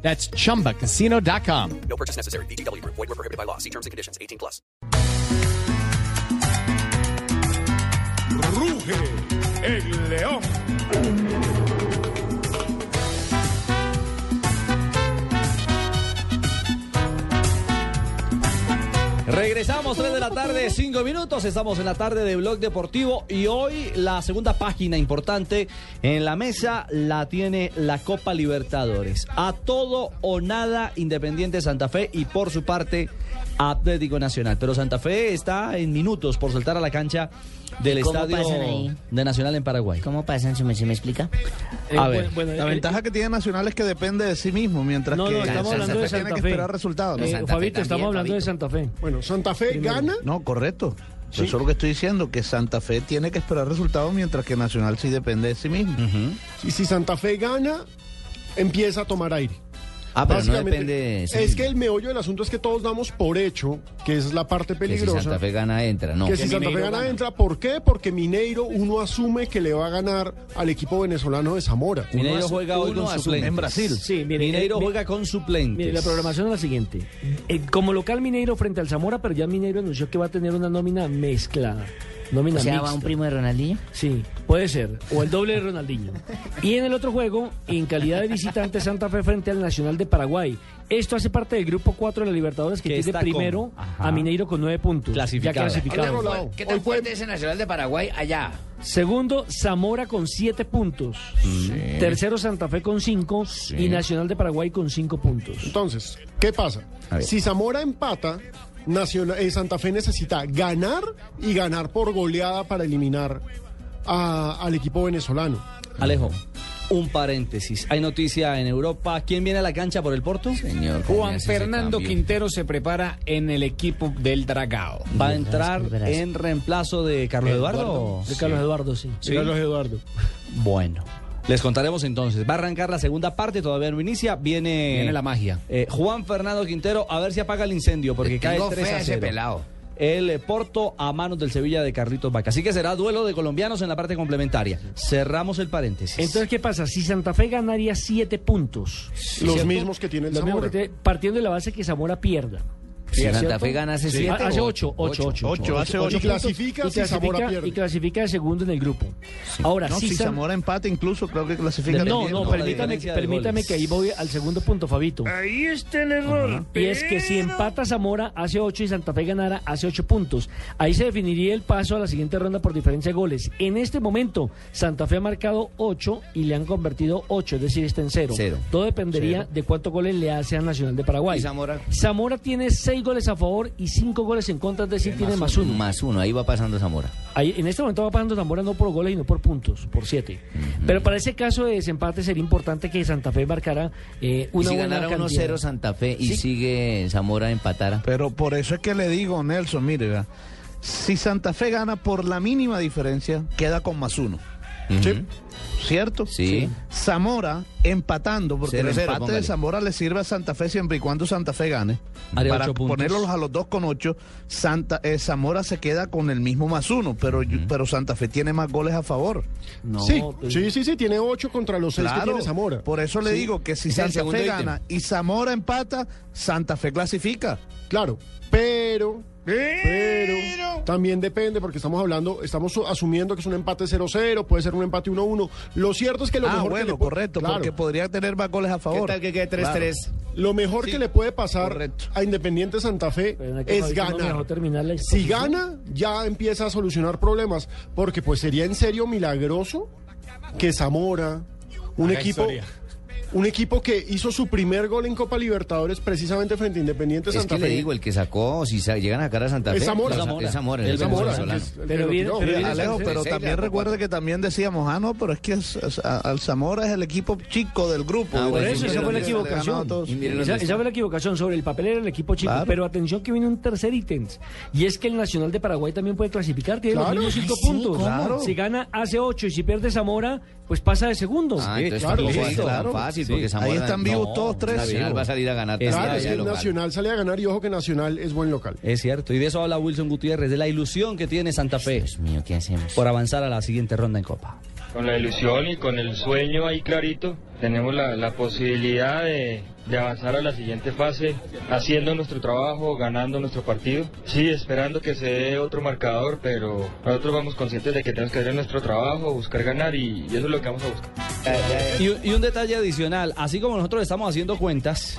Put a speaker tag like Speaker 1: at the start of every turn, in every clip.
Speaker 1: That's chumbacasino.com.
Speaker 2: No purchase necessary. BGW. Void were prohibited by law. See terms and conditions. 18 plus.
Speaker 3: ruge el león.
Speaker 4: Regresamos 3 de la tarde, 5 minutos. Estamos en la tarde de Blog Deportivo y hoy la segunda página importante en la mesa la tiene la Copa Libertadores. A todo o nada Independiente Santa Fe y por su parte Atlético Nacional. Pero Santa Fe está en minutos por saltar a la cancha del
Speaker 5: ¿Y cómo
Speaker 4: estadio
Speaker 5: pasan ahí?
Speaker 4: de Nacional en Paraguay.
Speaker 5: ¿Cómo pasan? ¿Se me, se me explica?
Speaker 4: A
Speaker 6: Eh,
Speaker 4: ver,
Speaker 6: bueno,
Speaker 7: La
Speaker 6: eh,
Speaker 7: ventaja que tiene Nacional es que depende de sí mismo, mientras
Speaker 6: No,
Speaker 7: que
Speaker 6: no, estamos
Speaker 7: Santa
Speaker 6: hablando de
Speaker 7: Fe tiene
Speaker 6: Santa
Speaker 7: que
Speaker 6: Fe.
Speaker 7: esperar resultados.
Speaker 6: eh,
Speaker 7: Santa-
Speaker 6: Fabito, estamos hablando de Santa Fe.
Speaker 3: Bueno, Santa Fe gana.
Speaker 7: No, correcto. Eso es lo que estoy diciendo, que Santa Fe tiene que esperar resultados mientras que Nacional sí depende de sí mismo.
Speaker 3: Y si Santa Fe gana, empieza a tomar aire.
Speaker 4: Ah, pero no
Speaker 3: Básicamente,
Speaker 4: depende. de- sí.
Speaker 3: Es que el meollo del asunto es que todos damos por hecho, que esa es la parte
Speaker 8: Que si
Speaker 3: peligrosa.
Speaker 8: Santa Fe gana, entra, no.
Speaker 3: Que si Santa Fe gana, entra. ¿Por qué? Porque Mineiro uno asume que le va a ganar al equipo venezolano de Zamora.
Speaker 4: Mineiro juega hoy
Speaker 7: uno
Speaker 4: con
Speaker 7: asume
Speaker 4: suplentes.
Speaker 7: en Brasil.
Speaker 6: Sí, mire,
Speaker 4: Mineiro
Speaker 6: eh, mi-
Speaker 4: juega con suplentes.
Speaker 6: Mire, la programación es la siguiente. Eh, como local Mineiro frente al Zamora, pero ya Mineiro anunció que va a tener una nómina mezclada. Nómina
Speaker 5: O sea, va
Speaker 6: mixta.
Speaker 5: un primo de Ronaldinho.
Speaker 6: Sí, puede ser. O el doble de Ronaldinho. Y en el otro juego, en calidad de visitante, Santa Fe frente al Nacional de Paraguay. Esto hace parte del grupo 4 de la Libertadores que
Speaker 4: Que
Speaker 6: tiene
Speaker 4: está con-
Speaker 6: primero
Speaker 4: Ajá.
Speaker 6: a Mineiro con 9 puntos. Ya
Speaker 4: Clasificado.
Speaker 6: clasificado.
Speaker 3: Hola, hola.
Speaker 8: ¿Qué tan
Speaker 3: Hoy puede-
Speaker 8: fuerte es el Nacional de Paraguay allá?
Speaker 6: Segundo, Zamora con 7 puntos. Tercero, Santa Fe con 5. Y Nacional de Paraguay con 5 puntos.
Speaker 3: Entonces, ¿qué pasa? Si Zamora empata, Nacional, eh, Santa Fe necesita ganar y ganar por goleada para eliminar a- al equipo venezolano.
Speaker 4: Alejo, un paréntesis. Hay noticia en Europa. ¿Quién viene a la cancha por el Porto?
Speaker 8: Señor, ¿cómo
Speaker 9: Juan
Speaker 8: hace ese
Speaker 9: Fernando
Speaker 8: cambio?
Speaker 9: Quintero se prepara en el equipo del Dragao.
Speaker 4: Va a
Speaker 5: Verás,
Speaker 4: entrar
Speaker 5: verás.
Speaker 4: en reemplazo de Carlos Eduardo.
Speaker 6: De Carlos Eduardo, sí.
Speaker 4: Sí.
Speaker 3: Carlos Eduardo.
Speaker 4: Bueno, les contaremos entonces. Va a arrancar la segunda parte, todavía no inicia. Viene,
Speaker 9: Viene la magia.
Speaker 4: eh, Juan Fernando Quintero, a ver si apaga el incendio, porque
Speaker 8: Le
Speaker 4: cae
Speaker 8: tengo
Speaker 4: 3
Speaker 8: fe
Speaker 4: a
Speaker 8: a ese
Speaker 4: 0.
Speaker 8: pelado.
Speaker 4: El eh, Porto a manos del Sevilla de Carlitos Vaca. Así que será duelo de colombianos en la parte complementaria. Cerramos el paréntesis.
Speaker 6: Entonces, ¿qué pasa? Si Santa Fe ganaría 7 puntos,
Speaker 3: los
Speaker 6: ¿cierto?
Speaker 3: mismos que tiene el
Speaker 6: Los mismos
Speaker 3: Zamora.
Speaker 6: que tiene- partiendo de la base que Zamora pierda.
Speaker 8: Si
Speaker 6: ¿Cierto?
Speaker 8: Santa Fe gana hace 7.
Speaker 6: Ah, hace 8, 8, 8.
Speaker 7: Ocho, hace
Speaker 3: Y
Speaker 7: ocho.
Speaker 3: clasifica
Speaker 6: Y
Speaker 3: si Zamora
Speaker 6: clasifica,
Speaker 3: pierde.
Speaker 6: y clasifica de segundo en el grupo. Ahora,
Speaker 7: No,
Speaker 6: sí
Speaker 7: si
Speaker 6: San-
Speaker 7: Zamora empata incluso, creo que
Speaker 6: No,
Speaker 7: clasifica también,
Speaker 6: no,
Speaker 4: la
Speaker 6: permítame,
Speaker 4: diferencia de
Speaker 6: permítame
Speaker 4: goles.
Speaker 6: que ahí voy al segundo punto, Fabito.
Speaker 9: Ahí está el error.
Speaker 6: Y es que si empata Zamora hace 8 y Santa Fe ganara hace 8 puntos. Ahí se definiría el paso a la siguiente ronda por diferencia de goles. En este momento, Santa Fe ha marcado 8 y le han convertido 8, es decir, está en 0.
Speaker 8: Cero.
Speaker 6: Todo dependería de cuántos goles le hace a Nacional de Paraguay.
Speaker 8: ¿Y Zamora?
Speaker 6: Zamora tiene 6 goles a favor y 5 goles en contra, es decir, tiene más 1.
Speaker 8: Más uno, ahí va pasando Zamora.
Speaker 6: Ahí- en este momento va pasando Zamora no por goles, sino por puntos, por siete. Pero para ese caso de desempate sería importante que Santa Fe marcara eh,
Speaker 8: Y
Speaker 6: una
Speaker 8: si
Speaker 6: buena
Speaker 8: ganara
Speaker 6: cantidad.
Speaker 8: 1-0 Santa Fe y
Speaker 6: Sí.
Speaker 8: sigue Zamora empatara.
Speaker 7: Pero por eso es que le digo, Nelson, mire, vea, si Santa Fe gana por la mínima diferencia, queda con más uno.
Speaker 3: Sí.
Speaker 7: ¿Cierto?
Speaker 8: Sí.
Speaker 7: Zamora empatando, porque
Speaker 8: Cero,
Speaker 7: el
Speaker 8: cero,
Speaker 7: empate de
Speaker 8: póngale.
Speaker 7: Zamora le sirve a Santa Fe siempre y cuando Santa Fe gane.
Speaker 4: Haría
Speaker 7: Para
Speaker 4: ocho puntos.
Speaker 7: ponerlos a los dos con ocho, Santa, eh, Zamora se queda con el mismo más uno, pero, yo- pero Santa Fe tiene más goles a favor.
Speaker 6: No,
Speaker 3: sí,
Speaker 6: pues,
Speaker 3: sí, sí, sí, tiene 8 contra los 6 que
Speaker 7: Claro,
Speaker 3: tiene Zamora.
Speaker 7: por eso le digo que si
Speaker 8: Es el
Speaker 7: Santa
Speaker 8: segundo
Speaker 7: Fe
Speaker 8: ítem.
Speaker 7: gana y Zamora empata, Santa Fe clasifica.
Speaker 3: Claro, pero, pero también depende porque estamos hablando, estamos su- asumiendo que es un empate 0-0, puede ser un empate 1-1. Lo cierto es que lo
Speaker 7: ah,
Speaker 3: mejor que
Speaker 7: bueno,
Speaker 3: le pu-
Speaker 7: correcto,
Speaker 3: claro,
Speaker 7: porque podría tener más goles a favor.
Speaker 8: quede 3-3?
Speaker 3: lo mejor que le puede pasar
Speaker 7: correcto.
Speaker 3: a Independiente Santa Fe
Speaker 6: pero que
Speaker 3: es
Speaker 6: Fabito no me
Speaker 3: ganar.
Speaker 6: dejó terminar la
Speaker 3: Si
Speaker 6: exposición.
Speaker 3: gana, ya empieza a solucionar problemas, porque pues sería en serio milagroso que Zamora, un equipo Un equipo que hizo su primer gol en Copa Libertadores precisamente frente a Independiente
Speaker 8: Es
Speaker 3: Santa
Speaker 8: que
Speaker 3: Fe.
Speaker 8: le digo, el que sacó, si sa- llegan a sacar a Santa Fe.
Speaker 3: Es Zamora.
Speaker 8: Es Zamora, es Zamora, el
Speaker 3: Es Zamora,
Speaker 8: venezolano.
Speaker 3: que es el que
Speaker 6: Pero
Speaker 3: lo
Speaker 6: viene-
Speaker 3: tiró.
Speaker 6: pero viene-
Speaker 7: Alejo, pero
Speaker 8: Seis,
Speaker 7: también
Speaker 8: la
Speaker 7: recuerde
Speaker 8: Copa.
Speaker 7: que también decíamos, ah, no, pero es que es- es- a- al Zamora es el equipo chico del grupo.
Speaker 8: Ah,
Speaker 7: Y
Speaker 8: bueno, sí,
Speaker 7: le-
Speaker 6: Eso,
Speaker 8: sí,
Speaker 7: le-
Speaker 6: esa fue la
Speaker 7: le- le ganó a
Speaker 6: equivocación.
Speaker 7: todos.
Speaker 8: Y mira
Speaker 6: Esa,
Speaker 8: dónde
Speaker 6: esa fue
Speaker 8: está.
Speaker 6: la equivocación. Sobre el papel era el equipo chico.
Speaker 7: Claro.
Speaker 6: Pero atención que viene un tercer ítem. Y es que el Nacional de Paraguay también puede clasificar. Tiene
Speaker 3: Claro.
Speaker 6: los mismos cinco
Speaker 5: Ay, sí,
Speaker 6: puntos.
Speaker 7: claro.
Speaker 6: Si gana, hace ocho. Y si pierde Zamora, pues pasa de segundo.
Speaker 8: Ah,
Speaker 9: Sí,
Speaker 8: entonces
Speaker 9: claro,
Speaker 8: tampoco
Speaker 9: sí,
Speaker 8: es tan
Speaker 9: claro.
Speaker 8: fácil,
Speaker 9: Sí.
Speaker 8: porque Zamora...
Speaker 7: Ahí están vivos todos tres.
Speaker 8: Nacional
Speaker 7: Sí.
Speaker 8: va a salir a ganar.
Speaker 4: Es
Speaker 8: también
Speaker 3: Claro, es
Speaker 8: allá
Speaker 3: que
Speaker 8: de local.
Speaker 3: Nacional sale a ganar y ojo que Nacional es buen local.
Speaker 4: Es cierto, y de eso habla Wilson Gutiérrez, de la ilusión que tiene Santa Fe
Speaker 5: Dios mío, ¿qué hacemos?
Speaker 4: por avanzar a la siguiente ronda en Copa.
Speaker 10: Con la ilusión y con el sueño ahí clarito, tenemos la, la posibilidad de, de avanzar a la siguiente fase, haciendo nuestro trabajo, ganando nuestro partido. Sí, esperando que se dé otro marcador, pero nosotros vamos conscientes de que tenemos que hacer nuestro trabajo, buscar ganar y, y eso es lo que vamos a buscar.
Speaker 4: Y, un- y un detalle adicional, así como nosotros estamos haciendo cuentas,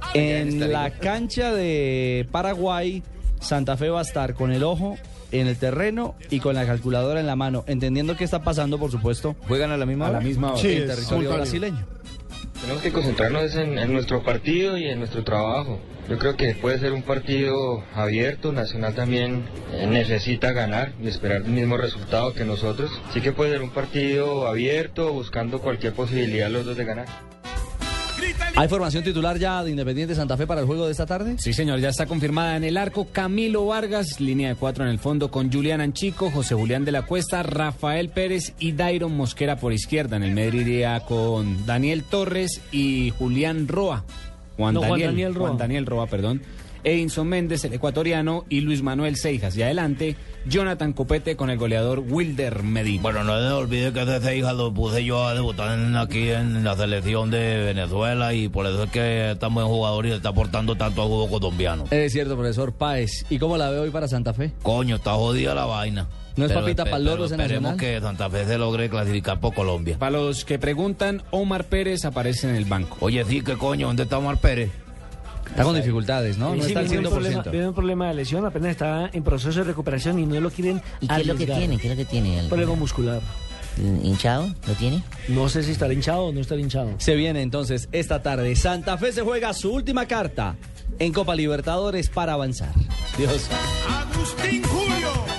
Speaker 9: Ah,
Speaker 4: en la cancha de Paraguay, Santa Fe va a estar con el ojo en el terreno y con la calculadora en la mano, entendiendo qué está pasando, por supuesto,
Speaker 8: ¿Juegan a la misma
Speaker 9: A la
Speaker 8: hora?
Speaker 9: misma hora.
Speaker 3: Sí,
Speaker 4: en
Speaker 3: es
Speaker 4: territorio
Speaker 3: simultáneo.
Speaker 4: brasileño.
Speaker 10: Tenemos que concentrarnos en, en nuestro partido y en nuestro trabajo. Yo creo que puede ser un partido abierto, Nacional también eh, necesita ganar y esperar el mismo resultado que nosotros. Sí que puede ser un partido abierto, buscando cualquier posibilidad los dos de ganar.
Speaker 4: ¿Hay formación titular ya de Independiente Santa Fe para el juego de esta tarde?
Speaker 9: Sí, señor, ya está confirmada en el arco Camilo Vargas, línea de cuatro en el fondo con Julián Anchico, José Julián de la Cuesta, Rafael Pérez y Dairon Mosquera por izquierda. En el medio iría con Daniel Torres y Julián Roa. Juan,
Speaker 6: No, Juan
Speaker 9: Daniel,
Speaker 6: Daniel Roa.
Speaker 9: Juan Daniel Roa, perdón. Edinson Méndez, el ecuatoriano, y Luis Manuel Seijas. Y adelante, Jonathan Copete con el goleador Wilder Medina.
Speaker 11: Bueno, no se olvide que ese hija lo puse yo a debutar en- aquí en la selección de Venezuela y por eso es que es tan buen jugador y está aportando tanto a juego colombiano.
Speaker 4: Es cierto, profesor Páez. ¿Y cómo la veo hoy para Santa Fe?
Speaker 11: Coño, está jodida la vaina.
Speaker 4: No es papita
Speaker 11: espe-
Speaker 4: pa'l loro ese
Speaker 11: esperemos
Speaker 4: Nacional.
Speaker 11: que Santa Fe se logre clasificar por Colombia.
Speaker 9: Para los que preguntan, Omar Pérez aparece en el banco.
Speaker 11: Oye, sí, que coño, ¿dónde está Omar Pérez?
Speaker 4: Está con dificultades, ¿no?
Speaker 6: Sí,
Speaker 4: No
Speaker 6: sí,
Speaker 4: está al
Speaker 6: viene un problema-
Speaker 4: 100%.
Speaker 6: Viene un problema de lesión, apenas está en proceso de recuperación y no lo quieren
Speaker 5: ¿Y qué es lo que
Speaker 6: arriesgar.
Speaker 5: tiene? ¿Qué es lo que tiene? ¿Algo-
Speaker 6: Problema muscular.
Speaker 5: ¿Hinchado? ¿Lo tiene?
Speaker 6: No sé si estará hinchado o no estará hinchado.
Speaker 4: Se viene entonces esta tarde. Santa Fe se juega su última carta en Copa Libertadores para avanzar. Dios.
Speaker 11: Agustín Julio.